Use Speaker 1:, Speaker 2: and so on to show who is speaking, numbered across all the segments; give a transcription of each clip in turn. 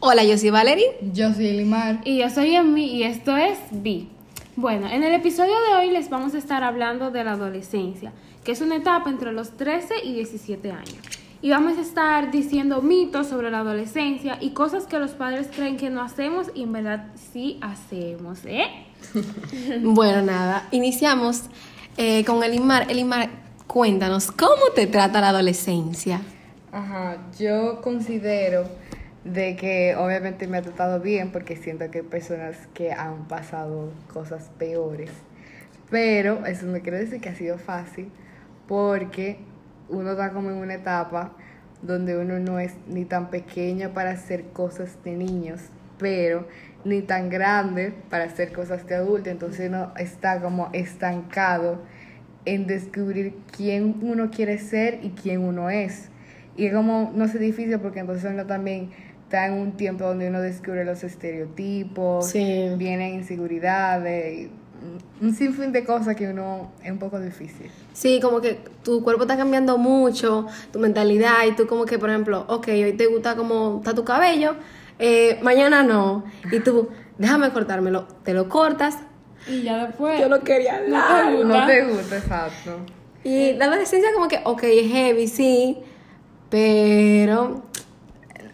Speaker 1: Hola, yo soy Valerie.
Speaker 2: Yo soy Elimar.
Speaker 3: Y yo soy Emi y esto es B. Bueno, en el episodio de hoy les vamos a estar hablando de la adolescencia, que es una etapa entre los 13 y 17 años. Y vamos a estar diciendo mitos sobre la adolescencia y cosas que los padres creen que no hacemos y en verdad sí hacemos, ¿eh?
Speaker 1: Bueno, nada, iniciamos eh, con Elimar. Elimar, cuéntanos, ¿cómo te trata la adolescencia?
Speaker 2: Ajá, yo considero de que obviamente me ha tratado bien porque siento que hay personas que han pasado cosas peores. Pero eso no quiere decir que ha sido fácil porque uno está como en una etapa donde uno no es ni tan pequeño para hacer cosas de niños, pero ni tan grande para hacer cosas de adulto. Entonces uno está como estancado en descubrir quién uno quiere ser y quién uno es. Y es como, no sé, difícil porque entonces uno también está en un tiempo donde uno descubre los estereotipos,
Speaker 1: Sí.
Speaker 2: vienen inseguridades, y un- un sinfín de cosas que uno es un poco difícil.
Speaker 1: Sí, como que tu cuerpo está cambiando mucho, tu mentalidad, y tú como que, por ejemplo, ok, hoy te gusta como está tu cabello, eh, mañana no, y tú, déjame cortármelo, te lo cortas,
Speaker 3: Y ya después...
Speaker 1: yo no quería nada.
Speaker 2: No te gusta, exacto.
Speaker 1: Y la adolescencia como que, ok, es heavy, sí, pero es medio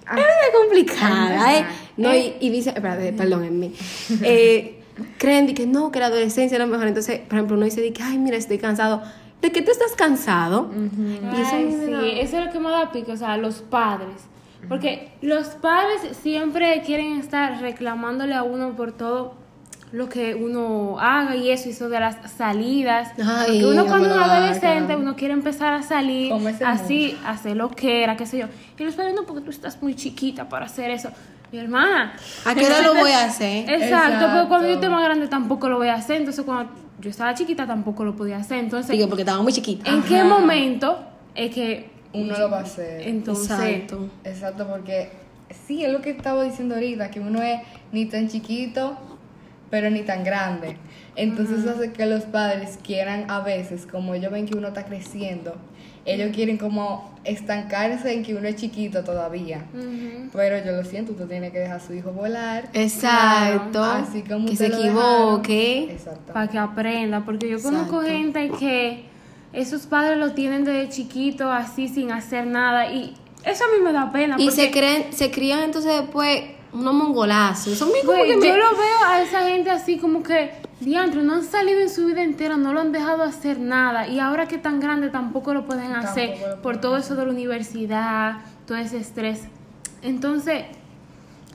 Speaker 1: Ah.
Speaker 3: Ah,
Speaker 1: complicada, ¿eh? No, y, y dice, espérate, perdón, en mí. Eh, creen de que no, que la adolescencia es lo mejor. Entonces, por ejemplo, uno dice, de que, ay, mira, estoy cansado. ¿De qué tú estás cansado? Y eso a
Speaker 3: Ay,
Speaker 1: mí me da-
Speaker 3: sí, eso es lo que me da pico, o sea, los padres. Porque los padres siempre quieren estar reclamándole a uno por todo lo que uno haga y eso, y eso de las salidas.
Speaker 1: Ay,
Speaker 3: Porque uno cuando es
Speaker 1: claro.
Speaker 3: adolescente, uno quiere empezar a salir
Speaker 2: Comerse
Speaker 3: así, hacer lo que era, qué sé yo. Y los padres, no, porque tú estás muy chiquita para hacer eso. Mi hermana,
Speaker 1: ¿A qué hora lo voy a hacer?
Speaker 3: Exacto, pero cuando yo
Speaker 2: Exacto.
Speaker 3: esté más grande tampoco lo voy a hacer. Entonces, cuando yo estaba chiquita tampoco lo podía hacer. Entonces,
Speaker 1: Digo, porque estaba muy chiquita.
Speaker 3: ¿en qué momento es que
Speaker 2: Uno lo va a hacer.
Speaker 3: entonces
Speaker 1: Exacto.
Speaker 2: Exacto, porque sí, es lo que estaba diciendo ahorita, que uno es ni tan chiquito, pero ni tan grande. Entonces eso hace que los padres quieran a veces, como ellos ven que uno está creciendo, ellos quieren como estancarse en que uno es chiquito todavía. Pero yo lo siento, usted tiene que dejar a su hijo volar.
Speaker 1: Exacto.
Speaker 3: Ah,
Speaker 2: Así como
Speaker 1: que se
Speaker 2: usted lo dejaron.
Speaker 1: equivoque.
Speaker 2: Exacto.
Speaker 3: para que aprenda, porque yo conozco
Speaker 1: Exacto.
Speaker 3: gente que esos padres lo tienen desde chiquito así sin hacer nada y eso a mí me da pena.
Speaker 1: Y
Speaker 3: Ah, porque,
Speaker 1: se creen, se crían entonces después unos mongolazos. Son muy como
Speaker 3: güey,
Speaker 1: que me-
Speaker 3: yo lo veo a esa gente así como que diantro, no han salido en su vida entera, no lo han dejado hacer nada y ahora que tan grande tampoco lo pueden
Speaker 2: Tampoco
Speaker 3: hacer
Speaker 2: lo pueden
Speaker 3: por todo eso de la universidad, todo ese estrés. Entonces,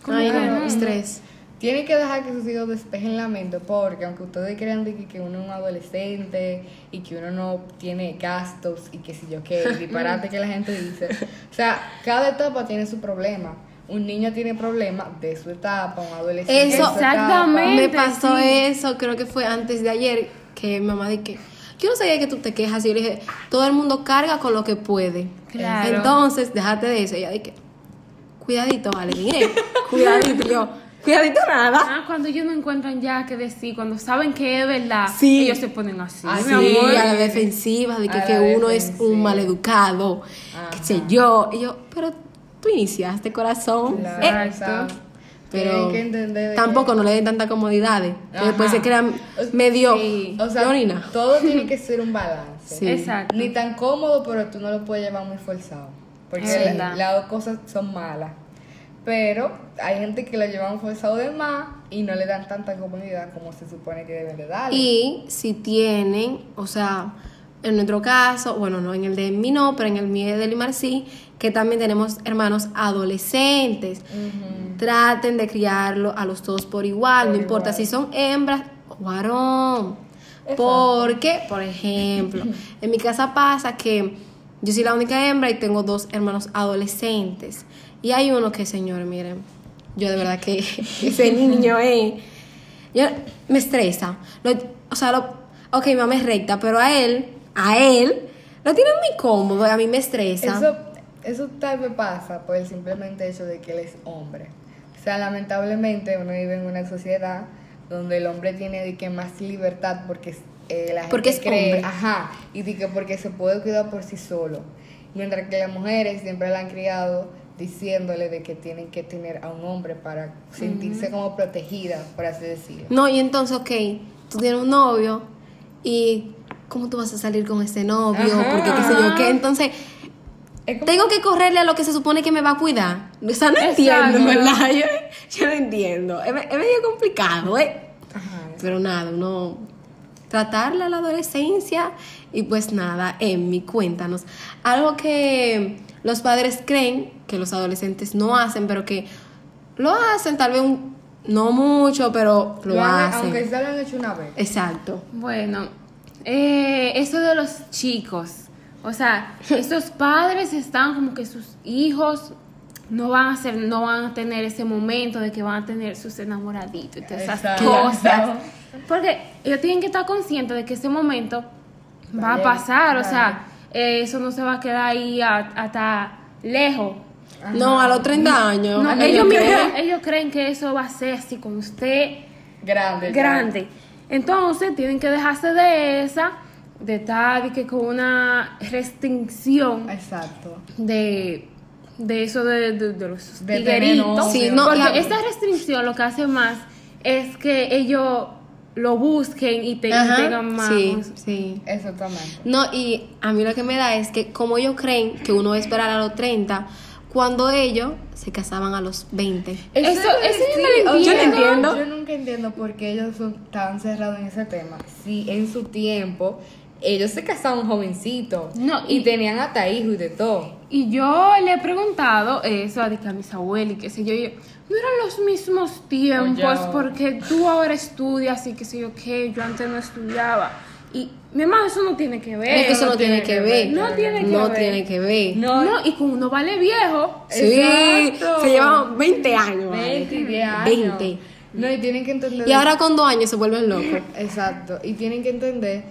Speaker 3: como
Speaker 1: Ay,
Speaker 3: que
Speaker 1: no,
Speaker 3: no.
Speaker 1: estrés.
Speaker 2: Tienen que dejar que sus hijos despejen la mente, porque aunque ustedes crean de que, que uno es un adolescente y que uno no tiene gastos y que si yo qué, el disparate que la gente dice, o sea, cada etapa tiene su problema. Un niño tiene problemas de su etapa, un adolescente. de
Speaker 1: Eso-
Speaker 2: su etapa.
Speaker 3: Exactamente.
Speaker 1: Me pasó
Speaker 3: sí.
Speaker 1: eso, creo que fue antes de ayer, que mi mamá dije, yo no sabía que tú te quejas. Y yo le dije, todo el mundo carga con lo que puede.
Speaker 3: Claro.
Speaker 1: Entonces, déjate de eso. Y ella dije, cuidadito, vale, mire, cuidadito. Y yo, cuidadito nada.
Speaker 3: Ah, cuando ellos no encuentran ya qué decir, cuando saben que es verdad,
Speaker 1: Sí. Ah,
Speaker 3: ellos se ponen así.
Speaker 2: Ay,
Speaker 1: Sí,
Speaker 2: mi amor.
Speaker 1: a la defensiva, de que,
Speaker 2: A
Speaker 1: que
Speaker 2: la
Speaker 1: uno es
Speaker 2: defensiva.
Speaker 1: un maleducado, qué sé yo. Y yo, pero tú iniciaste, corazón.
Speaker 2: Claro,
Speaker 1: Eh,
Speaker 2: exacto.
Speaker 1: pero
Speaker 2: Tienen que entender de
Speaker 1: tampoco no le den tanta comodidades. que
Speaker 2: Ajá.
Speaker 1: Después se crean medio
Speaker 3: Sí.
Speaker 2: que- o sea,
Speaker 1: leonina.
Speaker 2: todo tiene que ser un balance.
Speaker 1: Sí.
Speaker 3: Exacto.
Speaker 2: Ni tan cómodo, pero tú no lo puedes llevar muy forzado. Porque
Speaker 3: Es
Speaker 2: la-
Speaker 3: verdad.
Speaker 2: las dos cosas son malas. Pero hay gente que lo llevan forzado de más y no le dan tanta comodidad como se supone que deben de darle.
Speaker 1: Y si tienen, o sea, en nuestro caso, bueno, no en el de mí no, pero en el mío de Limar sí, que también tenemos hermanos adolescentes. Traten de criarlo a los dos por igual, no
Speaker 2: Por
Speaker 1: importa si
Speaker 2: igual.
Speaker 1: son hembras o varón.
Speaker 2: Exacto.
Speaker 1: Porque, por ejemplo, en mi casa pasa que yo soy la única hembra y tengo dos hermanos adolescentes. Y hay uno que, señor, miren, yo de verdad que ese niño, eh. Yo, me estresa. Lo- o sea, lo, ok, mi mamá es recta, pero a él, a él, lo tiene muy cómodo y a mí me estresa.
Speaker 2: Eso, eso tal vez pasa por el simplemente hecho de que él es hombre. O sea, lamentablemente uno vive en una sociedad donde el hombre tiene de que más libertad porque eh, la gente
Speaker 1: Porque es
Speaker 2: cree,
Speaker 1: hombre.
Speaker 2: ajá, y de que porque se puede cuidar por sí solo. Mientras que las mujeres siempre la han criado diciéndole de que tienen que tener a un hombre para sentirse como protegida, por así decirlo.
Speaker 1: No, y entonces, ok, tú tienes un novio y ¿cómo tú vas a salir con ese novio?
Speaker 2: Ajá.
Speaker 1: Porque qué sé yo qué. Entonces,
Speaker 2: Es como-
Speaker 1: tengo que correrle a lo que se supone que me va a cuidar. O sea, no
Speaker 3: Exacto.
Speaker 1: entiendo, ¿verdad? Yo, yo no entiendo. Es, me- es medio complicado, ¿eh?
Speaker 2: Ajá.
Speaker 1: Pero nada, uno tratarla a la adolescencia y pues nada, Emmy, cuéntanos. Algo que los padres creen que los adolescentes no hacen, pero que lo hacen, tal vez un- no mucho, pero lo,
Speaker 2: Lo han-
Speaker 1: hacen.
Speaker 2: Aunque ya lo han hecho una vez.
Speaker 1: Exacto.
Speaker 3: Bueno, eh, eso de los chicos. O sea, estos padres están como que sus hijos no van a ser, no van a tener ese momento de que van a tener sus enamoraditos y todas esas
Speaker 2: Exacto.
Speaker 3: cosas. Porque ellos tienen que estar conscientes de que ese momento va a
Speaker 2: Vale,
Speaker 3: pasar. O
Speaker 2: vale.
Speaker 3: sea, eh, eso no se va a quedar ahí a- hasta lejos.
Speaker 1: No, a los 30 años.
Speaker 3: No,
Speaker 1: Ellos
Speaker 3: ellos,
Speaker 1: creen-
Speaker 3: mismos- ellos creen que eso va a ser así con usted
Speaker 2: Grande.
Speaker 3: grande. Entonces tienen que dejarse de esa, de estar de que con una restricción
Speaker 2: Exacto.
Speaker 3: de, de eso de, de- de los
Speaker 2: De tener
Speaker 3: tigueritos.
Speaker 1: Sí, no,
Speaker 3: porque
Speaker 1: y a-
Speaker 3: esta restricción lo que hace más es que ellos lo busquen y, te, y
Speaker 1: Ajá,
Speaker 3: tengan más.
Speaker 1: Sí, sí.
Speaker 2: Exactamente.
Speaker 1: No, y a mí lo que me da es que como ellos creen que uno va a esperar a los 30, cuando ellos se casaban a los 20.
Speaker 3: Eso- eso yo no lo
Speaker 2: o sea,
Speaker 1: entiendo.
Speaker 2: Yo nunca entiendo por qué ellos son tan cerrados en ese tema. Si en su tiempo ellos se casaban jovencitos
Speaker 3: No,
Speaker 2: y,
Speaker 3: y-
Speaker 2: tenían hasta hijos y de todo.
Speaker 3: Y yo le he preguntado eso a, de que a mis abuelos y qué sé yo, y yo, no eran los mismos tiempos
Speaker 2: Oye.
Speaker 3: porque tú ahora estudias y qué sé yo qué, yo antes no estudiaba. Y mi hermano, eso no tiene que ver.
Speaker 1: Es que eso no tiene que ver.
Speaker 3: No tiene que
Speaker 1: No
Speaker 3: ver.
Speaker 1: tiene que ver.
Speaker 3: No, y con uno vale viejo.
Speaker 1: Sí,
Speaker 2: Exacto.
Speaker 1: se llevan 20 años. vale.
Speaker 2: 20 y 10 años.
Speaker 1: 20.
Speaker 2: No, y tienen que entender.
Speaker 1: Y ahora con dos años se vuelven locos.
Speaker 2: Exacto. Y tienen que entender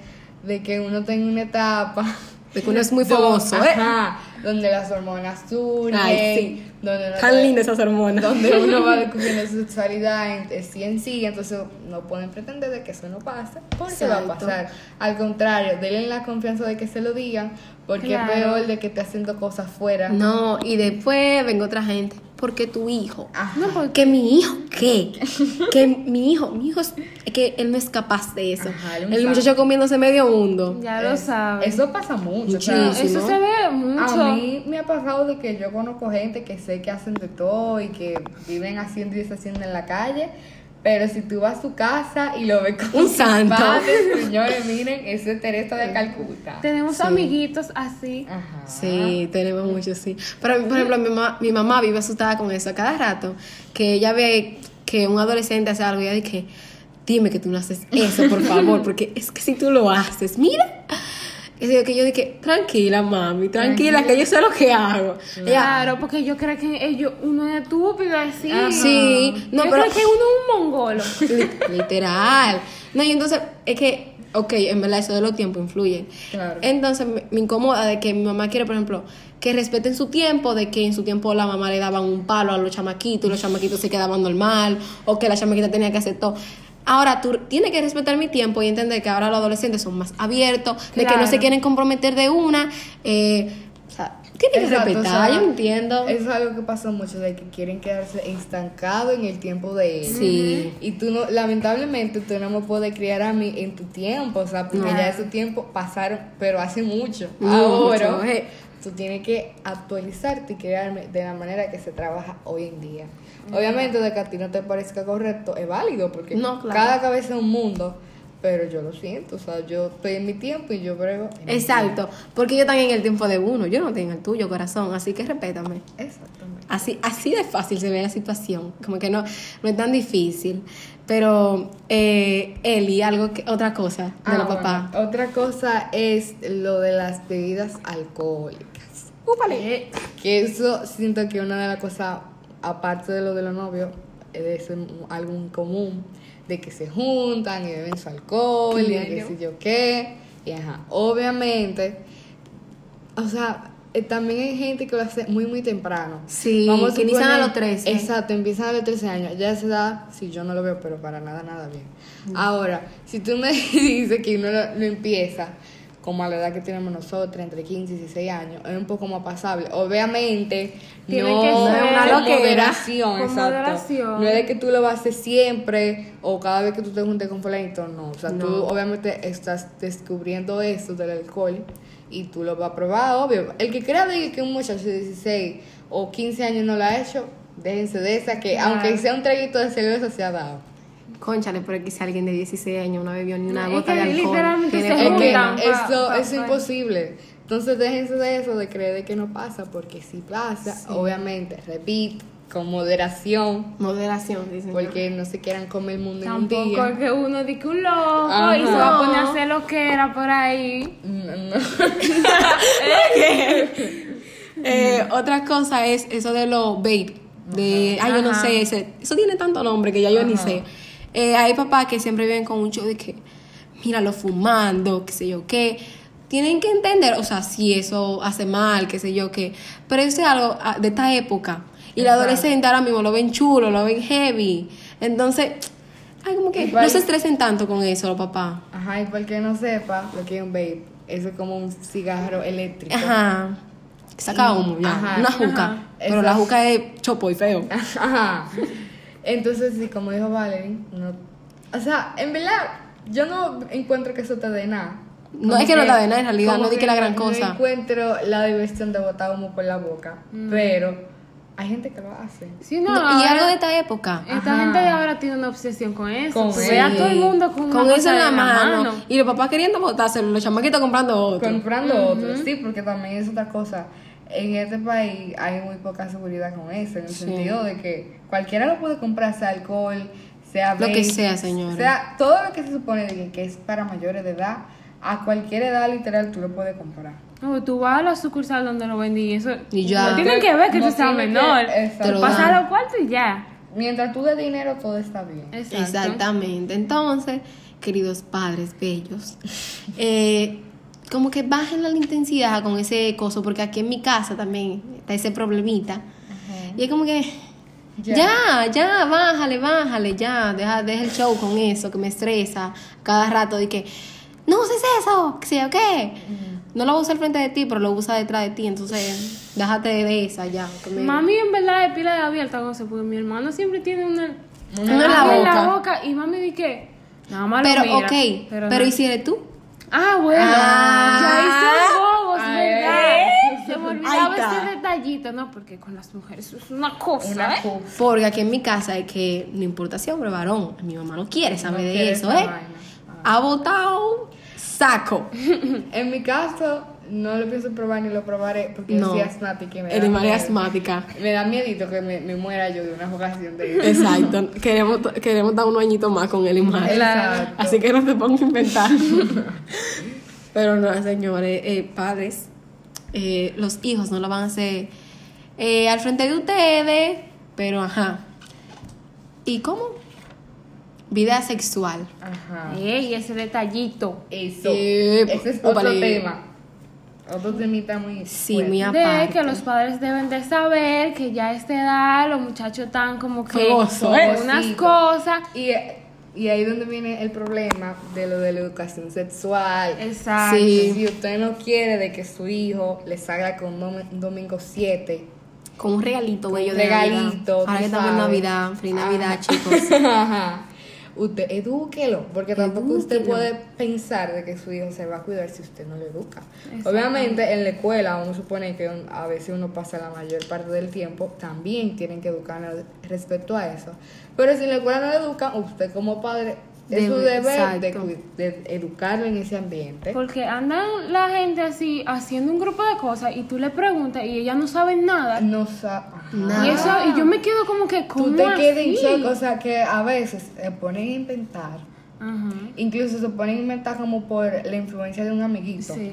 Speaker 2: de que uno está en una etapa.
Speaker 1: De que uno es muy
Speaker 2: do-
Speaker 1: fogoso. ¿eh?
Speaker 2: Ajá. Donde las hormonas surgen.
Speaker 1: Ay, sí.
Speaker 2: Donde uno
Speaker 1: Tan
Speaker 2: está-
Speaker 1: lindas esas hormonas.
Speaker 2: donde uno va descubriendo su sexualidad en, en sí en sí, entonces no pueden pretender de que eso no pase, porque va a
Speaker 1: Exacto.
Speaker 2: pasar. Al contrario, denle la confianza de que se lo digan, porque
Speaker 3: Claro.
Speaker 2: es peor de que esté haciendo cosas fuera.
Speaker 1: No, y después venga otra gente. Porque tu hijo.
Speaker 2: Ajá.
Speaker 3: No, porque
Speaker 1: Que mi hijo, ¿qué? Que mi hijo, mi hijo es que él no es capaz de eso.
Speaker 2: Ajá, él no
Speaker 1: el
Speaker 2: sabe.
Speaker 1: muchacho comiéndose medio mundo.
Speaker 3: ya lo
Speaker 2: Es-
Speaker 3: sabes.
Speaker 2: Eso pasa mucho. o sea,
Speaker 1: Muchísimo.
Speaker 3: eso
Speaker 1: ¿no?
Speaker 3: se ve mucho.
Speaker 2: A mí me ha pasado de que yo conozco gente que sé que hacen de todo y que viven haciendo y deshaciendo en la calle, pero si tú vas a su casa y lo ves con
Speaker 1: Un
Speaker 2: sus
Speaker 1: santo.
Speaker 2: padres, señores, miren, eso es Teresa de Calcuta.
Speaker 3: Tenemos
Speaker 1: Sí.
Speaker 3: amiguitos así.
Speaker 2: Ajá.
Speaker 1: Sí, tenemos mucho, sí. Pero, por ejemplo, mi mamá, mi mamá vive asustada con eso a cada rato. Que ella ve que un adolescente hace algo y ella dice, dime que tú no haces eso, por favor, porque es que si tú lo haces, mira. Y digo que yo dije, tranquila, mami, tranquila, que yo sé lo que hago. Ella,
Speaker 3: Claro, porque yo creo que ellos, uno es estúpido así.
Speaker 1: Ajá. Sí, no,
Speaker 3: yo
Speaker 1: pero-
Speaker 3: creo que uno es un mongolo.
Speaker 1: Li- Literal. No, y entonces es que, ok, en verdad eso de los tiempos influye.
Speaker 2: Claro.
Speaker 1: Entonces me, me incomoda de que mi mamá quiere, por ejemplo, que respeten su tiempo, de que en su tiempo la mamá le daban un palo a los chamaquitos y los chamaquitos se quedaban normal, o que la chamaquita tenía que hacer todo. Ahora tú tienes que respetar mi tiempo y entender que ahora los adolescentes son más abiertos, de que no se
Speaker 3: Claro.
Speaker 1: quieren comprometer de una. Eh, o sea, tienes que
Speaker 2: Exacto, o
Speaker 1: respetar,
Speaker 2: sea,
Speaker 1: yo entiendo.
Speaker 2: Eso es algo que pasa mucho, de que quieren quedarse estancados en el tiempo de ellos.
Speaker 1: Sí.
Speaker 2: Y tú no, lamentablemente, tú no me puedes criar a mí en tu tiempo, o sea, porque
Speaker 3: No.
Speaker 2: ya ese tiempo pasaron, pero hace mucho.
Speaker 1: Mucho,
Speaker 2: Ahora,
Speaker 1: eh.
Speaker 2: tú tienes que actualizarte y crearme de la manera que se trabaja hoy en día. Obviamente, de que a ti no te parezca correcto, es válido, porque
Speaker 1: No, claro.
Speaker 2: cada cabeza es un mundo, pero yo lo siento, o sea, yo estoy en mi tiempo y yo brego. en mi
Speaker 1: Exacto, porque yo también en el tiempo de uno, yo no tengo el tuyo, corazón, así que respétame.
Speaker 2: tiempo. Exactamente.
Speaker 1: Así, así de fácil se ve la situación, como que no, no es tan difícil. Pero, eh, Eli, algo que, otra cosa de
Speaker 2: Ah,
Speaker 1: los
Speaker 2: bueno.
Speaker 1: papás.
Speaker 2: Otra cosa es lo de las bebidas alcohólicas.
Speaker 3: Eh,
Speaker 2: Que eso siento que una de las cosas, aparte de lo de los novios, es un- algo en común. De que se juntan y beben su alcohol y qué
Speaker 3: Claro.
Speaker 2: sé yo qué. Y ajá, obviamente, o sea, eh, también hay gente que lo hace muy, muy temprano.
Speaker 1: Sí, que inician a los 13.
Speaker 2: Exacto, empiezan a los 13 años. Ya a esa edad, sí, yo no lo veo, pero para nada, nada bien.
Speaker 3: Mm.
Speaker 2: Ahora, si tú me dices que uno lo, lo empieza como a la edad que tenemos nosotros, entre 15 y 16 años, es un poco más pasable. Obviamente,
Speaker 3: Tiene
Speaker 2: no,
Speaker 3: que ser
Speaker 1: es una
Speaker 2: con
Speaker 1: loquera.
Speaker 2: moderación,
Speaker 3: Con
Speaker 2: exacto.
Speaker 3: moderación.
Speaker 2: No es de que tú lo haces siempre o cada vez que tú te juntes con fulanito, no. O sea, tú obviamente estás descubriendo esto del alcohol y tú lo vas a probar, obvio. El que crea de que un muchacho de 16 o 15 años no lo ha hecho, déjense de esa que
Speaker 3: Claro.
Speaker 2: aunque sea un traguito de cerveza se ha dado.
Speaker 1: Conchale, pero quizá alguien de 16 años no bebió ni una
Speaker 3: No, es
Speaker 1: gota
Speaker 3: que
Speaker 1: de alcohol.
Speaker 3: literalmente
Speaker 1: Tiene
Speaker 3: se
Speaker 2: Es que
Speaker 1: problema.
Speaker 3: juntan. pa-
Speaker 2: eso
Speaker 3: pa-
Speaker 2: es
Speaker 3: pa-
Speaker 2: imposible. Entonces déjense de eso, de creer de que no pasa, porque si pasa, obviamente, repito, con moderación,
Speaker 1: Moderación, dicen.
Speaker 2: porque no se quieran comer el mundo en un
Speaker 3: Tampoco es
Speaker 2: día.
Speaker 3: que uno diga un loco
Speaker 2: Ajá.
Speaker 3: y se va a poner a
Speaker 1: No.
Speaker 3: hacer lo que era por ahí.
Speaker 2: No, no.
Speaker 1: Eh, otra cosa es eso de los vape. De, ay, yo no
Speaker 3: Ajá.
Speaker 1: sé, ese- eso tiene tanto nombre que ya yo ni
Speaker 2: Ajá.
Speaker 1: sé. Eh, hay papás que siempre viven con mucho de que, míralo fumando, qué sé yo qué. Tienen que entender, o sea, si eso hace mal, qué sé yo qué. Pero eso es algo ah, de esta época. Y la
Speaker 2: Exacto.
Speaker 1: adolescente ahora mismo lo ven chulo, lo ven heavy. Entonces, ay, como que no
Speaker 2: Igual-
Speaker 1: se estresen tanto con eso, los papás.
Speaker 2: Ajá, y para el que no sepa lo que es un vape, eso es como un cigarro eléctrico.
Speaker 1: Ajá. Saca
Speaker 2: Y-
Speaker 1: humo, ya.
Speaker 2: ajá,
Speaker 1: Una juca.
Speaker 3: ajá.
Speaker 1: Pero la
Speaker 2: Exacto.
Speaker 1: juca es chopo y feo.
Speaker 2: Ajá. Entonces, sí, como dijo Valerie, no. O sea, en verdad, yo no encuentro que eso te dé nada.
Speaker 1: No, es que no te dé nada, en realidad,
Speaker 2: como
Speaker 1: no di que la gran
Speaker 2: no
Speaker 1: cosa.
Speaker 2: encuentro la diversión de botar humo por la boca,
Speaker 1: Mm.
Speaker 2: pero hay gente que lo hace.
Speaker 3: Si no,
Speaker 1: No, y
Speaker 3: ahora-
Speaker 1: algo de esta época.
Speaker 3: Esta
Speaker 2: Ajá.
Speaker 3: gente de ahora tiene una obsesión con eso.
Speaker 2: Con
Speaker 3: Tú ves a
Speaker 2: eso.
Speaker 3: todo el mundo con, una
Speaker 1: Con
Speaker 3: cosa
Speaker 1: eso en
Speaker 3: de
Speaker 1: la mano. Y los papás queriendo botárselo, los chamaquitos comprando otro.
Speaker 2: Comprando otro, sí, porque también es otra cosa. En este país hay muy poca seguridad con eso, en el
Speaker 1: Sí.
Speaker 2: sentido de que cualquiera lo puede comprar, sea alcohol, sea
Speaker 1: Lo que
Speaker 2: vape,
Speaker 1: sea, señores.
Speaker 2: Sea todo lo que se supone de que, que es para mayores de edad, a cualquier edad literal tú lo puedes comprar.
Speaker 3: No, tú vas a la sucursal donde lo venden y eso.
Speaker 1: Y ya.
Speaker 3: No tienen que ver que
Speaker 2: No
Speaker 3: tú seas
Speaker 2: tiene que-
Speaker 3: menor.
Speaker 2: exacto.
Speaker 1: Te lo
Speaker 3: Pasas
Speaker 1: dan.
Speaker 3: a los cuartos y ya.
Speaker 2: Mientras tú de dinero, todo está bien.
Speaker 1: ¿Eh?
Speaker 3: Exacto.
Speaker 1: Exactamente. Entonces, queridos padres bellos, eh, como que bajen la intensidad con ese coso, porque aquí en mi casa también está ese problemita. Y es como que.
Speaker 2: Ya.
Speaker 1: Ya. ya, bájale, bájale, ya, deja, deja el show con eso que me estresa cada rato de que, no uses eso, que sé yo qué. No lo usa al frente de ti, pero lo usa detrás de ti, entonces déjate de esa ya. que me-
Speaker 3: Mami en verdad es pila de abierta con eso, porque mi hermano siempre tiene una,
Speaker 1: Una en la
Speaker 3: algo
Speaker 1: boca.
Speaker 3: y mami di que nada más lo
Speaker 1: pero
Speaker 3: mira,
Speaker 1: ok, pero,
Speaker 3: no.
Speaker 1: ¿y si eres tú?
Speaker 3: Ah, bueno.
Speaker 1: Ah.
Speaker 3: ya hizo bobos,
Speaker 2: Ay.
Speaker 3: ¿verdad? Se me
Speaker 1: Ahí
Speaker 3: olvidaba
Speaker 1: está.
Speaker 3: ese detallito, ¿no? Porque con las mujeres eso es una cosa,
Speaker 2: Una
Speaker 3: ¿eh?
Speaker 2: cosa.
Speaker 1: Porque aquí en mi casa es que no importa si hombre o varón, mi mamá no quiere saber
Speaker 2: No
Speaker 1: de
Speaker 2: quiere
Speaker 1: eso,
Speaker 2: esa
Speaker 1: ¿eh?
Speaker 2: vaina. Ah.
Speaker 1: Ha votado saco.
Speaker 2: En mi caso, no lo pienso probar ni lo probaré porque yo
Speaker 1: No,
Speaker 2: soy asmática y me da
Speaker 1: eres María
Speaker 2: miedo.
Speaker 1: asmática.
Speaker 2: Me da miedito que me, me muera yo de una vocación de
Speaker 1: Exacto, queremos, queremos dar unos añitos más con el imagen.
Speaker 2: Claro.
Speaker 1: Así que no te pongas a inventar. Pero no, señores, eh, padres, eh, los hijos no lo van a hacer eh, al frente de ustedes, pero ajá. ¿Y cómo? Vida sexual.
Speaker 2: Ajá.
Speaker 3: Ey, ese detallito.
Speaker 2: Eso.
Speaker 1: Eh,
Speaker 2: Ese es otro
Speaker 1: ópale.
Speaker 2: tema. Otro temita muy.
Speaker 1: Sí,
Speaker 2: fuerte.
Speaker 1: muy a-
Speaker 3: De
Speaker 1: Aparte.
Speaker 3: que los padres deben de saber que ya a esta edad los muchachos están como que
Speaker 1: Fogoso,
Speaker 2: ¿eh?
Speaker 3: con unas
Speaker 2: Fogosito.
Speaker 3: cosas.
Speaker 2: Y, y ahí es donde viene el problema de lo de la educación sexual.
Speaker 3: Exacto.
Speaker 1: Sí.
Speaker 2: Si usted no quiere de que su hijo le salga con un domingo 7,
Speaker 1: Con un regalito bello
Speaker 2: un
Speaker 1: de
Speaker 2: regalito,
Speaker 1: Navidad. Ahora
Speaker 2: tú
Speaker 1: que estamos en
Speaker 2: sabes.
Speaker 1: Navidad, feliz Navidad,
Speaker 2: Ajá.
Speaker 1: chicos.
Speaker 2: Ajá. Usted edúquelo, porque tampoco usted
Speaker 1: Edúquelo.
Speaker 2: puede pensar de que su hijo se va a cuidar si usted no lo educa. Obviamente en la escuela, vamos a suponer que un- a veces uno pasa la mayor parte del tiempo, también tienen que educarlo respecto a eso. Pero si en la escuela no lo educa, usted como padre es su
Speaker 1: Debe-
Speaker 2: deber de,
Speaker 1: exacto.
Speaker 2: cui- de educarlo en ese ambiente.
Speaker 3: Porque andan la gente así haciendo un grupo de cosas y tú le preguntas y ellas no saben nada.
Speaker 2: No sa- Ajá.
Speaker 1: Nada.
Speaker 3: Y eso, y yo me quedo como que, ¿cómo
Speaker 2: Tú te quedas en
Speaker 3: así?
Speaker 2: shock, o sea que a veces se ponen a inventar
Speaker 3: Ajá.
Speaker 2: Incluso se ponen a inventar como por la influencia de un amiguito.
Speaker 3: Sí.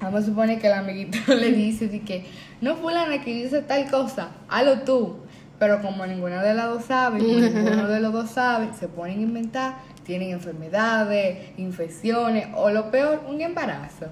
Speaker 2: Vamos a suponer que el amiguito le dice de que no fulana que dice tal cosa, hazlo tú. Pero como ninguna de las dos sabe, ninguno de los dos sabe, se ponen a inventar, tienen enfermedades, infecciones o lo peor, un embarazo.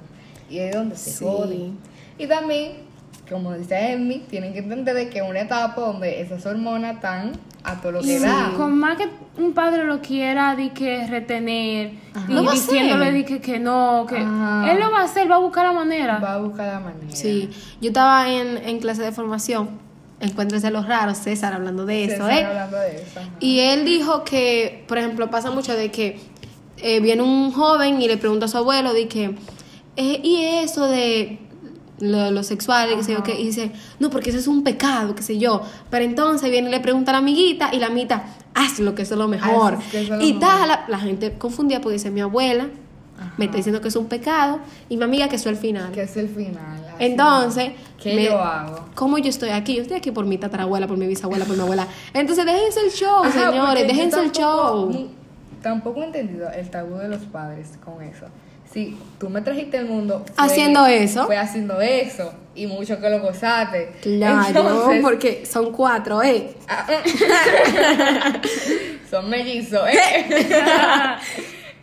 Speaker 2: Y es donde se
Speaker 1: Sí.
Speaker 2: joden. Y también, como dice Emmy, tienen que entender de que es una etapa donde esas hormonas están a todo lo que
Speaker 3: Y
Speaker 2: da.
Speaker 3: con más que un padre lo quiera di que retener y
Speaker 1: Lo va a hacer.
Speaker 3: diciéndole di que, que no, que
Speaker 2: Ajá.
Speaker 3: él lo va a hacer, va a buscar la manera.
Speaker 2: Va a buscar la manera.
Speaker 1: Sí, yo estaba en, en clase de formación Encuéntrense los raros, César hablando de eso,
Speaker 2: César
Speaker 1: ¿eh?
Speaker 2: hablando de eso. ajá.
Speaker 1: Y él dijo que, por ejemplo, pasa mucho de que eh, viene un joven y le pregunta a su abuelo, de que, eh, ¿y eso de lo, lo sexual? Y, qué sé yo qué? y dice, no, porque eso es un pecado, qué sé yo. Pero entonces viene y le pregunta a la amiguita y la amiguita, hazlo, que eso es lo mejor.
Speaker 2: que eso es lo
Speaker 1: y
Speaker 2: mejor.
Speaker 1: tal, la, la gente confundía porque dice, mi abuela me está diciendo que es un pecado y mi amiga que eso es el final.
Speaker 2: Que es el final. así.
Speaker 1: Entonces,
Speaker 2: ¿Qué
Speaker 1: me-
Speaker 2: yo hago?
Speaker 1: ¿Cómo yo estoy aquí? Yo estoy aquí por mi tatarabuela, por mi bisabuela, por mi abuela. Entonces, déjense el show,
Speaker 2: Ajá, porque
Speaker 1: señores,
Speaker 2: yo
Speaker 1: déjense el
Speaker 2: tampoco-
Speaker 1: show.
Speaker 2: ni- Tampoco he entendido el tabú de los padres con eso. Si tú me trajiste al mundo fue-
Speaker 1: Haciendo eso.
Speaker 2: fue haciendo eso y mucho que lo gozaste.
Speaker 1: Claro,
Speaker 2: Entonces, ah,
Speaker 1: porque son cuatro, ¿eh?
Speaker 2: son mellizos. ¿eh?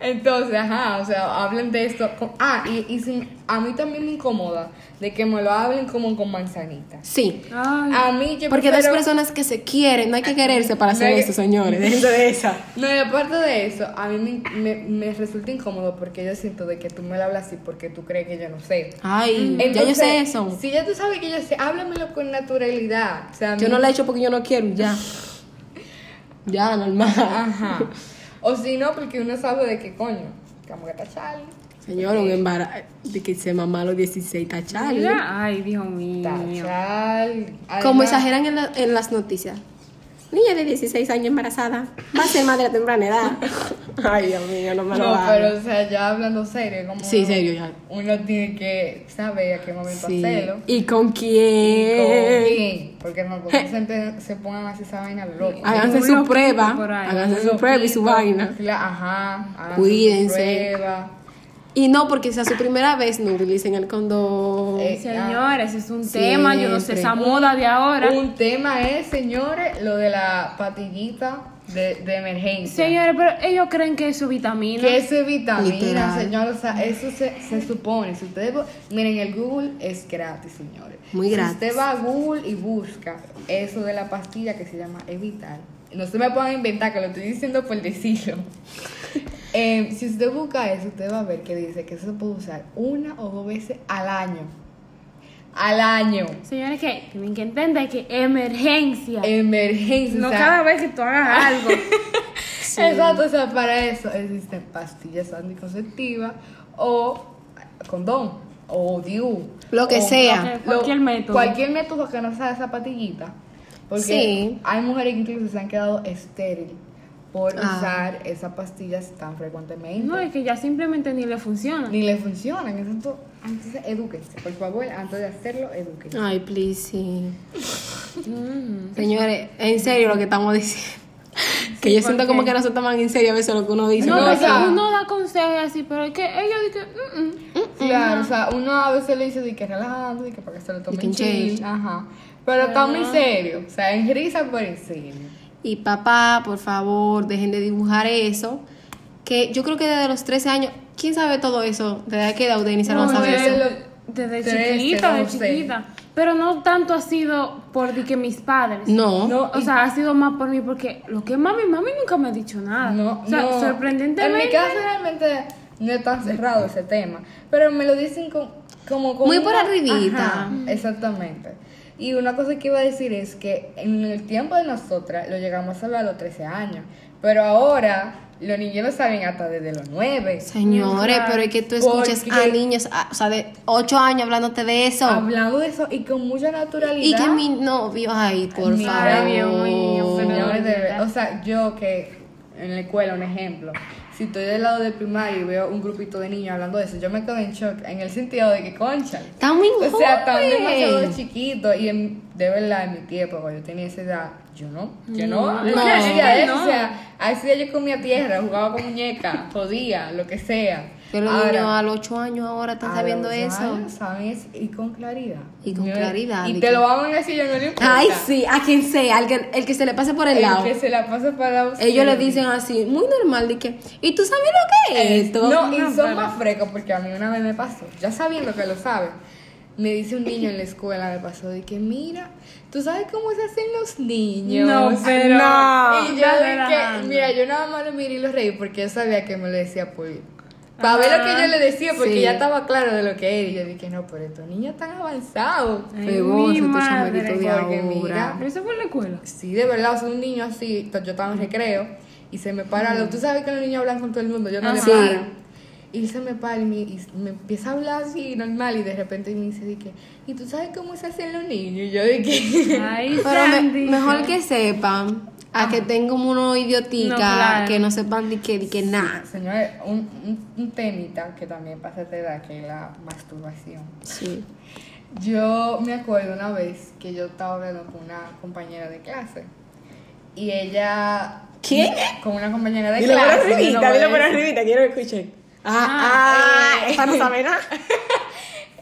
Speaker 2: Entonces, ajá, o sea, hablen de esto. con- ah, y, y sin- a mí también me incomoda de que me lo hablen como con manzanitas.
Speaker 1: Sí.
Speaker 3: Ay,
Speaker 2: A mí yo
Speaker 1: Porque dos
Speaker 2: prefiero-
Speaker 1: personas que se quieren, no hay que quererse para hacer
Speaker 2: No hay que-
Speaker 1: eso, señores. Déjense de esa.
Speaker 2: No, y aparte de eso, a mí me, me- me resulta incómodo porque yo siento de que tú me lo hablas así porque tú crees que yo no sé.
Speaker 1: Ay, ya yo
Speaker 2: Entonces,
Speaker 1: sé eso.
Speaker 2: Si ya tú sabes que yo sé, háblamelo con naturalidad. O sea, a
Speaker 1: Yo
Speaker 2: mí-
Speaker 1: no la he hecho porque yo no quiero, ya. Ya, normal.
Speaker 2: Ajá. O si no, porque uno sabe de qué coño. Como que está Charlie.
Speaker 1: Señor, un embarazo. De que se mamá a los 16 tachales.
Speaker 3: mira, ay, Dios mío.
Speaker 2: Está Charlie.
Speaker 1: Como
Speaker 2: Además,
Speaker 1: exageran en, la- en las noticias. Niña de 16 años embarazada. Va a ser madre a temprana edad. Ay, Dios mío, no me lo
Speaker 2: No,
Speaker 1: hagas.
Speaker 2: pero o sea, ya hablando serio, como
Speaker 1: Sí,
Speaker 2: uno-
Speaker 1: serio, ya.
Speaker 2: Uno tiene que saber a qué momento
Speaker 1: Sí.
Speaker 2: hacerlo.
Speaker 1: ¿Y con
Speaker 2: Con
Speaker 1: quién?
Speaker 2: quién, Porque no porque siempre se pongan así esa vaina lo loco.
Speaker 1: Háganse
Speaker 3: Un
Speaker 1: su
Speaker 3: loquito
Speaker 1: prueba.
Speaker 3: por ahí,
Speaker 1: Háganse su prueba y su vaina.
Speaker 2: Cla- Ajá. háganse su
Speaker 1: Cuídense.
Speaker 2: prueba.
Speaker 1: Y no, porque sea su primera vez, no utilicen el condón.
Speaker 2: Eh,
Speaker 3: Señores, es un tema, yo no sé,
Speaker 1: Siempre.
Speaker 3: esa moda de ahora.
Speaker 2: Un tema es, señores, lo de la patillita de, de emergencia.
Speaker 3: Señores, pero ellos creen que es su vitamina.
Speaker 2: Que eso es vitamina,
Speaker 1: Literal.
Speaker 2: señores. O sea, eso se, se supone. Si ustedes bu- miren, el Google es gratis, señores.
Speaker 1: Muy gratis.
Speaker 2: Si usted va a Google y busca eso de la pastilla que se llama Evitar. No se me puedan inventar, que lo estoy diciendo por decirlo. Eh, si usted busca eso, usted va a ver que dice que eso se puede usar una o dos veces al año. Al año.
Speaker 3: Señores, que tienen que entender que emergencia.
Speaker 2: Emergencia.
Speaker 3: no
Speaker 2: o sea,
Speaker 3: cada vez que tú
Speaker 2: Ah,
Speaker 3: hagas algo.
Speaker 2: Exacto, o sea, para eso existen pastillas anticonceptivas o condón o DIU.
Speaker 1: Lo que
Speaker 2: o-
Speaker 1: sea.
Speaker 3: lo que- cualquier método.
Speaker 2: Cualquier método que no sea esa patillita. Porque
Speaker 1: Sí.
Speaker 2: hay mujeres que incluso se han quedado estériles por
Speaker 1: Ah.
Speaker 2: usar esas pastillas tan frecuentemente.
Speaker 3: no, es que ya simplemente ni le funciona.
Speaker 2: Ni le funcionan. Entonces, entonces, edúquense. Por favor, antes de hacerlo, edúquense.
Speaker 1: Ay, please, sí. Señores, en serio lo que estamos diciendo. Que yo siento como que no se toman en serio a veces lo que uno dice.
Speaker 3: No,
Speaker 1: pero
Speaker 2: o
Speaker 3: es que
Speaker 2: sea-
Speaker 3: uno da consejos así, pero es que ellos dicen, "Mm, mm".
Speaker 2: Claro, o sea, uno a veces le dice de que relajando, de que para que se lo
Speaker 1: que
Speaker 2: tomen
Speaker 1: en
Speaker 2: chill,
Speaker 1: chill.
Speaker 2: ajá. Pero está muy serio, o sea, en risa por en serio.
Speaker 1: Y papá, por favor, dejen de dibujar eso. Que yo creo que desde los 13 años, ¿quién sabe todo eso? ¿De edad que edad ustedes iniciaron a
Speaker 3: No,
Speaker 1: saber
Speaker 2: desde
Speaker 1: eso?
Speaker 2: los-
Speaker 3: desde
Speaker 2: Trece,
Speaker 3: chiquita, de
Speaker 2: doce.
Speaker 3: chiquita. Pero no tanto ha sido por di que mis padres.
Speaker 1: No.
Speaker 2: No,
Speaker 3: O
Speaker 2: y-
Speaker 3: sea, ha sido más por mí porque lo que es mami, mami nunca me ha dicho nada.
Speaker 2: No,
Speaker 3: o sea,
Speaker 2: no.
Speaker 3: sorprendentemente.
Speaker 2: En mi casa realmente no es tan cerrado ese tema, pero me lo dicen con- como con
Speaker 1: Muy por
Speaker 2: una-
Speaker 1: arribita.
Speaker 2: Ajá, exactamente. Y una cosa que iba a decir es que en el tiempo de nosotras lo llegamos a hablar a los 13 años, pero ahora los niños lo saben hasta desde los 9.
Speaker 1: Señores,
Speaker 3: Nunca.
Speaker 1: pero es que tú escuchas a
Speaker 2: Porque-
Speaker 1: niños, a- o sea, de 8 años hablándote de eso.
Speaker 2: Hablando de eso y con mucha naturalidad.
Speaker 1: Y que mi novio, ay, por
Speaker 2: Mira,
Speaker 1: favor.
Speaker 3: Dios mío,
Speaker 2: Señores, de verdad,
Speaker 3: Señorita.
Speaker 2: o sea, yo que en la escuela, un ejemplo, si estoy del lado del primario y veo un grupito de niños hablando de eso, yo me quedo en shock en el sentido de que concha.
Speaker 1: Está muy
Speaker 2: O sea, están demasiado
Speaker 1: joven.
Speaker 2: chiquitos y en- de verdad en mi tiempo, cuando yo tenía esa edad, yo no, yo no, yo
Speaker 1: No.
Speaker 2: hacía eso,
Speaker 3: No.
Speaker 2: o sea, hacía yo comía tierra, jugaba con muñeca, jodía, lo que sea.
Speaker 1: Pero los
Speaker 2: Ahora,
Speaker 1: niños a los 8 años ahora están
Speaker 2: a
Speaker 1: sabiendo
Speaker 2: los
Speaker 1: eso.
Speaker 2: años, ¿saben? Es- Y con claridad.
Speaker 1: Y con claridad,
Speaker 2: Y
Speaker 1: de
Speaker 2: te
Speaker 1: que-
Speaker 2: lo van a decir, yo no le importa.
Speaker 1: Ay, sí, a quien sea, al que- el que se le pase por el,
Speaker 2: El
Speaker 1: lado.
Speaker 2: que se la pasa para usted.
Speaker 1: Ellos le dicen así, muy normal, de que, ¿y tú sabes lo que es esto?
Speaker 2: No, y son
Speaker 3: pero-
Speaker 2: más frecos porque a mí una vez me pasó, ya sabiendo que lo sabe. Me dice un niño en la escuela, me pasó, de que mira, tú sabes cómo se hacen los niños.
Speaker 3: No, pero-
Speaker 2: No. Y yo
Speaker 3: Estás
Speaker 2: de que,
Speaker 3: relajando.
Speaker 2: mira, yo nada más lo miré y lo reí porque yo sabía que me lo decía por, Para ver lo que yo le decía, porque
Speaker 1: Sí.
Speaker 2: ya estaba claro de lo que era. Y yo dije, no, pero estos niños están avanzados.
Speaker 3: Ay,
Speaker 1: Pegó,
Speaker 2: este
Speaker 3: mi
Speaker 1: se te
Speaker 3: madre,
Speaker 1: chamaquito de
Speaker 2: porque mira,
Speaker 1: ahora.
Speaker 3: Pero eso fue en la escuela.
Speaker 2: Sí, de verdad, o sea, un niño así, to- yo estaba en recreo y se me para, lo- tú sabes que los niños hablan con todo el mundo, yo no le
Speaker 1: Ajá.
Speaker 2: paro. Y se me para y me, y me empieza a hablar así normal y de repente me dice, dije, ¿y tú sabes cómo se hacen los niños? Y yo dije,
Speaker 3: Ay,
Speaker 1: Pero me-
Speaker 3: Sandy.
Speaker 1: mejor que sepan a
Speaker 2: Ah.
Speaker 1: que tengo uno idiotica
Speaker 3: No, claro.
Speaker 1: que no sepan ni que, ni que nada.
Speaker 2: señores, un, un, un temita que también pasa de edad, que es la masturbación.
Speaker 1: Sí.
Speaker 2: Yo me acuerdo una vez que yo estaba hablando con una compañera de clase y ella...
Speaker 1: ¿Quién?
Speaker 2: Con una compañera de
Speaker 1: Dilo por
Speaker 2: clase. yo no
Speaker 1: arribita,
Speaker 2: voy a
Speaker 1: dilo por
Speaker 2: decir-
Speaker 1: arribita, quiero que escuchen.
Speaker 2: Ah,
Speaker 1: Ah, ah, esta no sabe nada.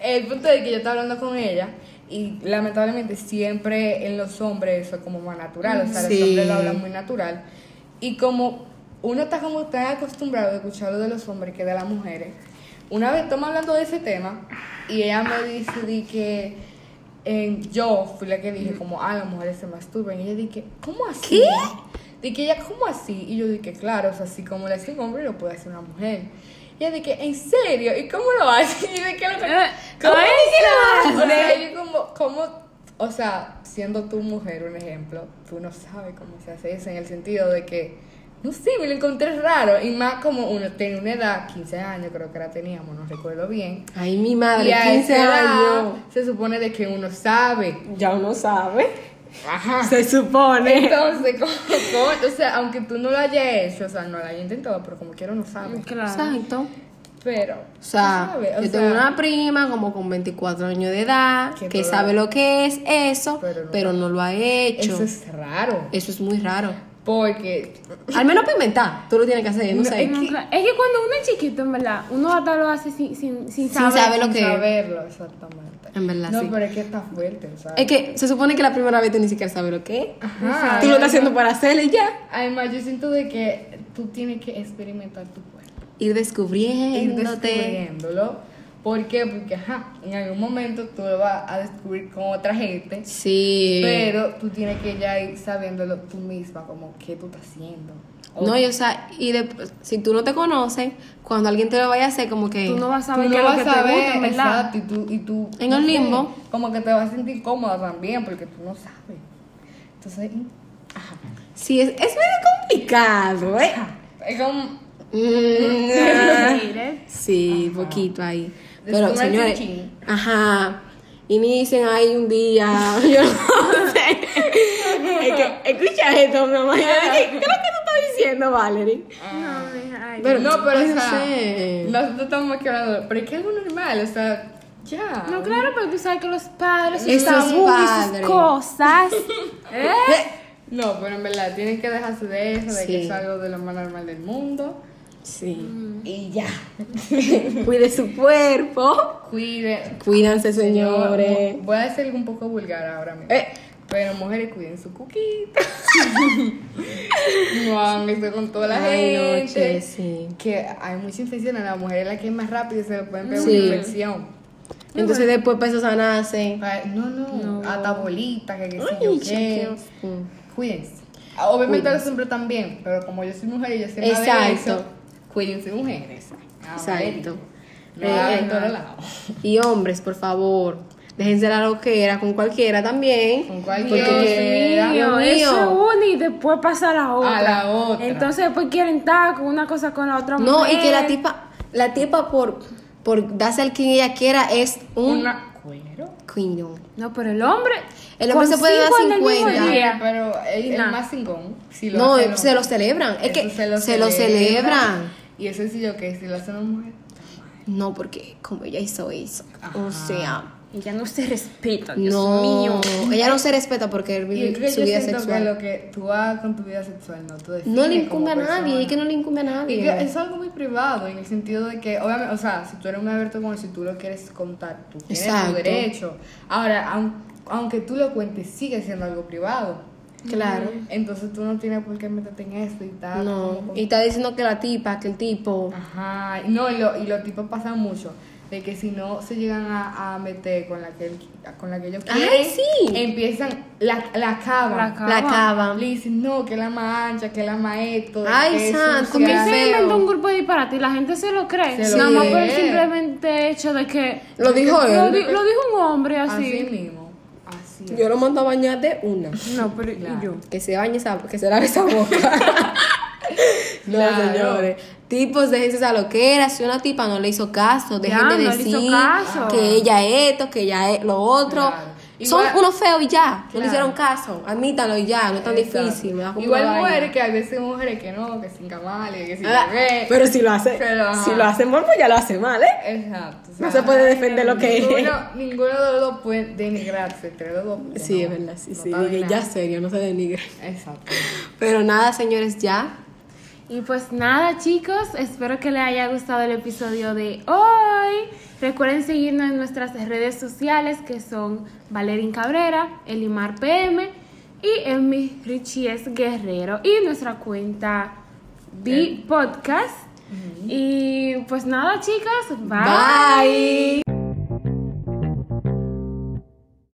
Speaker 2: El punto es que yo estaba hablando con ella y lamentablemente siempre en los hombres eso es como más natural, o sea,
Speaker 1: Sí.
Speaker 2: los hombres lo hablan muy natural. Y como uno está como tan acostumbrado a escuchar lo de los hombres que de las mujeres, una vez estamos hablando de ese tema y ella me dice di que eh, yo fui la que dije como, ah, las mujeres se masturban. Y ella dije, ¿cómo así? ¿Qué? Dije, ella, ¿cómo así? Y yo dije, claro, o sea, así como lo hace un hombre, lo puede hacer una mujer. Y ella dije, ¿en serio? ¿Y cómo lo hace? Y yo dije, "Loco,
Speaker 3: Eh,
Speaker 2: ¿Cómo
Speaker 3: ay,
Speaker 2: que
Speaker 3: claro.
Speaker 2: O sea, yo como, como, o sea, siendo tu mujer un ejemplo, tú no sabes cómo se hace eso en el sentido de que, no sé, me lo encontré raro. Y más como uno tenía una edad, 15 años creo que la teníamos, no recuerdo bien.
Speaker 1: Ay, mi madre,
Speaker 2: y a
Speaker 1: 15
Speaker 2: esa edad
Speaker 1: años.
Speaker 2: se supone de que uno sabe.
Speaker 1: Ya uno sabe.
Speaker 2: Ajá.
Speaker 1: Se supone.
Speaker 2: Entonces, como, como- o sea, aunque tú no lo hayas hecho, o sea, no lo hayas intentado, pero como quiera uno sabe.
Speaker 3: Claro.
Speaker 1: Exacto.
Speaker 2: Pero,
Speaker 1: O sea,
Speaker 2: tú sabes, o
Speaker 1: yo
Speaker 2: sea,
Speaker 1: tengo una prima como con 24 años de edad
Speaker 2: Que
Speaker 1: que
Speaker 2: todo-
Speaker 1: sabe lo que es eso,
Speaker 2: Pero no-
Speaker 1: pero no lo ha hecho.
Speaker 2: Eso es raro.
Speaker 1: Eso es muy raro.
Speaker 2: Porque
Speaker 1: Al menos para inventar, tú lo tienes que hacer, yo no,
Speaker 2: No,
Speaker 1: sé.
Speaker 2: es
Speaker 3: No,
Speaker 2: que-
Speaker 3: claro. Es que cuando uno es chiquito, en verdad, uno hasta lo hace sin, sin,
Speaker 1: Sin
Speaker 3: sin saber.
Speaker 1: saber lo
Speaker 2: sin
Speaker 1: que es.
Speaker 2: saberlo, exactamente.
Speaker 1: En verdad,
Speaker 2: no,
Speaker 1: sí.
Speaker 2: pero es que está fuerte, ¿sabes?
Speaker 3: Eh,
Speaker 1: Es que se supone que la primera vez tú ni siquiera sabes lo que es.
Speaker 2: Ajá.
Speaker 1: Tú lo estás haciendo para hacerle y ya.
Speaker 2: Además, yo siento de que tú tienes que experimentar tu cuerpo.
Speaker 1: Ir descubriéndote.
Speaker 2: Ir descubriéndolo. ¿Por qué? Porque, ajá, en algún momento tú lo vas a descubrir con otra gente.
Speaker 1: Sí.
Speaker 2: Pero tú tienes que ya ir sabiéndolo tú misma, como qué tú estás haciendo. O
Speaker 1: No, y o sea, y de- si tú no te conoces, cuando alguien te lo vaya a hacer, como que.
Speaker 3: Tú no vas a
Speaker 2: tú
Speaker 3: saber
Speaker 2: no
Speaker 3: qué es lo
Speaker 2: vas
Speaker 3: que
Speaker 2: a
Speaker 3: te
Speaker 2: saber,
Speaker 3: gusta, en ¿verdad?
Speaker 2: Exacto, y tú, y tú-
Speaker 1: En
Speaker 2: no
Speaker 1: el
Speaker 2: sé,
Speaker 1: limbo.
Speaker 2: como que te vas a sentir cómoda también, porque tú no sabes. Entonces, ajá.
Speaker 1: Sí, es, es medio complicado, ¿eh?
Speaker 2: Es como.
Speaker 1: Mm,
Speaker 3: Mire.
Speaker 1: sí, poquito ahí.
Speaker 2: Descubran
Speaker 1: Pero,
Speaker 2: sin
Speaker 1: señores.
Speaker 2: chin.
Speaker 1: Ajá. Inicien ahí un día. Yo no sé. Es que, escucha esto, mi mamá. ¿Qué es lo que tú estás diciendo, Valerie?
Speaker 2: ah.
Speaker 3: No, mija, pues, ay.
Speaker 1: Pero-
Speaker 2: no, pero
Speaker 1: ay,
Speaker 2: o
Speaker 1: no
Speaker 2: sea,
Speaker 1: sé.
Speaker 2: nosotros estamos aquí hablando, pero es que es algo normal, o sea, ya.
Speaker 3: No, claro, pero tú sabes que los padres, sus
Speaker 1: Esos
Speaker 3: tabús, y
Speaker 1: padres.
Speaker 3: sus cosas. ¿eh?
Speaker 2: No, pero en verdad, tienen que dejarse de eso, de
Speaker 1: Sí.
Speaker 2: que es algo de lo más normal del mundo.
Speaker 1: Sí.
Speaker 2: Y ya.
Speaker 1: Cuide su cuerpo.
Speaker 2: Cuiden.
Speaker 1: Cuídense, señores.
Speaker 2: Voy a decir algo un poco vulgar ahora mismo.
Speaker 1: Eh.
Speaker 2: Pero mujeres, cuiden su cuquita. no, me estoy con toda la
Speaker 1: Ay, no,
Speaker 2: gente.
Speaker 1: che, sí.
Speaker 2: Que hay mucha infección en la mujer, es la que es más rápida y se le pueden pegar
Speaker 1: Sí.
Speaker 2: una infección.
Speaker 1: Entonces después para eso sanarse.
Speaker 2: Ay, No, no, hasta bolitas, que qué sé
Speaker 1: Ay,
Speaker 2: yo
Speaker 1: chica,
Speaker 2: qué.
Speaker 1: qué asco.
Speaker 2: Cuídense. Ah, Obviamente los hombres también, pero como yo soy mujer y yo soy madre de
Speaker 1: Exacto.
Speaker 2: eso, cuídense mujeres. Ah,
Speaker 1: Exacto.
Speaker 2: No,
Speaker 1: Eh,
Speaker 2: hagan
Speaker 1: eh,
Speaker 2: todo lado.
Speaker 1: Y hombres, por favor, déjense la loquera con cualquiera también.
Speaker 2: Con
Speaker 1: Porque-
Speaker 2: cualquiera.
Speaker 1: Dios
Speaker 3: Mío, eso es
Speaker 1: mío.
Speaker 3: una y después pasa la otra.
Speaker 2: A la otra.
Speaker 3: Entonces después quieren estar con una cosa con la otra
Speaker 1: No, y que la
Speaker 3: mujer.
Speaker 1: tipa, la tipa por, por darse al quien ella quiera es un
Speaker 2: Una cuero.
Speaker 1: coño.
Speaker 3: No, pero el hombre.
Speaker 1: El hombre
Speaker 3: con
Speaker 1: se puede dar
Speaker 3: cinco en el mismo
Speaker 1: 50.
Speaker 3: día.
Speaker 2: Pero el, el
Speaker 3: Nah.
Speaker 2: más cingón, si lo
Speaker 1: No,
Speaker 2: hace el
Speaker 1: se lo
Speaker 2: hombre,
Speaker 1: celebran. Es que
Speaker 2: eso
Speaker 1: se lo, celebran.
Speaker 2: Y eso sí yo que si lo hace una mujer.
Speaker 1: No, porque como ella hizo eso. O sea,
Speaker 3: Y ya no se respeta, Dios mío.
Speaker 1: no. Ella no se respeta porque
Speaker 2: Y yo creo
Speaker 1: vive
Speaker 2: que
Speaker 1: su
Speaker 2: yo
Speaker 1: vida
Speaker 2: siento que lo
Speaker 1: sexual.
Speaker 2: que tú hagas con tu vida sexual no tú
Speaker 1: No le
Speaker 2: defines
Speaker 1: incumbe a
Speaker 2: como
Speaker 1: nadie,
Speaker 2: persona.
Speaker 1: es que no le incumbe a
Speaker 2: Y que
Speaker 1: nadie.
Speaker 2: es algo muy privado en el sentido de que, obviamente, o sea, si tú eres un abierto con él, si tú lo quieres contar, tú tienes
Speaker 1: Exacto.
Speaker 2: tu derecho. Ahora, aun- aunque tú lo cuentes, sigue siendo algo privado.
Speaker 1: Claro.
Speaker 2: Entonces tú no tienes por qué meterte en esto y tal. como
Speaker 1: No,
Speaker 2: con-
Speaker 1: y está diciendo que la tipa, que el tipo.
Speaker 2: Ajá, no, y, lo- y los tipos pasan mucho. de que si no se llegan a, a meter con la que, él- con la que ellos
Speaker 1: Ay,
Speaker 2: quieren,
Speaker 1: sí.
Speaker 2: empiezan, la, la acaban.
Speaker 3: La acaban.
Speaker 1: La cava.
Speaker 2: Le dicen, no, que la más ancha, que la más esto.
Speaker 1: Ay,
Speaker 2: que es
Speaker 1: santo,
Speaker 2: sucia".
Speaker 1: qué
Speaker 3: Él se
Speaker 1: feo.
Speaker 3: inventó un grupo de disparate y la gente se lo cree.
Speaker 2: Se lo
Speaker 3: Nada más por el
Speaker 2: cree.
Speaker 3: simplemente hecho de que.
Speaker 1: Lo dijo
Speaker 3: Lo,
Speaker 1: él.
Speaker 3: di- lo dijo un hombre
Speaker 1: Ah,
Speaker 2: Así
Speaker 3: así.
Speaker 2: mismo. Así es.
Speaker 1: Yo lo mando a bañar de una.
Speaker 3: No, pero
Speaker 2: Claro.
Speaker 3: y yo.
Speaker 1: Que se bañe esa, que se lave esa boca. no,
Speaker 2: Claro.
Speaker 1: señores. Tipos, déjense esa loquera. Si una tipa no le hizo caso, dejen
Speaker 3: Ya,
Speaker 1: de
Speaker 3: no le
Speaker 1: decir
Speaker 3: hizo caso.
Speaker 1: que ella esto, que ella es lo otro.
Speaker 2: Claro.
Speaker 1: Son
Speaker 2: Igual-
Speaker 1: unos feos y ya. No
Speaker 2: Claro.
Speaker 1: le hicieron caso. Admítanlo y ya. No es tan
Speaker 2: Exacto.
Speaker 1: difícil. Me da como
Speaker 2: Igual
Speaker 1: una vaina.
Speaker 2: mujeres, que a veces mujeres que no, que sin camales, que sin
Speaker 1: Ah,
Speaker 2: bebé.
Speaker 1: Pero si lo hace,
Speaker 2: Pero, ajá.
Speaker 1: si lo hace mal, pues ya lo hace mal, ¿eh?
Speaker 2: Exacto. o
Speaker 1: No
Speaker 2: sea,
Speaker 1: se puede defender lo que es.
Speaker 2: ninguno, ninguno de los dos puede denigrarse, entre los dos. porque
Speaker 1: Sí,
Speaker 2: no,
Speaker 1: es verdad, sí,
Speaker 2: no
Speaker 1: sí.
Speaker 2: está bien
Speaker 1: Ya
Speaker 2: nada.
Speaker 1: serio, no se denigre.
Speaker 2: Exacto.
Speaker 1: Pero nada, señores, ya.
Speaker 3: Y pues nada, chicos, espero que les haya gustado el episodio de hoy. Recuerden seguirnos en nuestras redes sociales que son Valerín Cabrera, Elimar PM y Emi Richies Guerrero y nuestra cuenta B Podcast. Y pues nada, chicas, bye.
Speaker 1: Bye.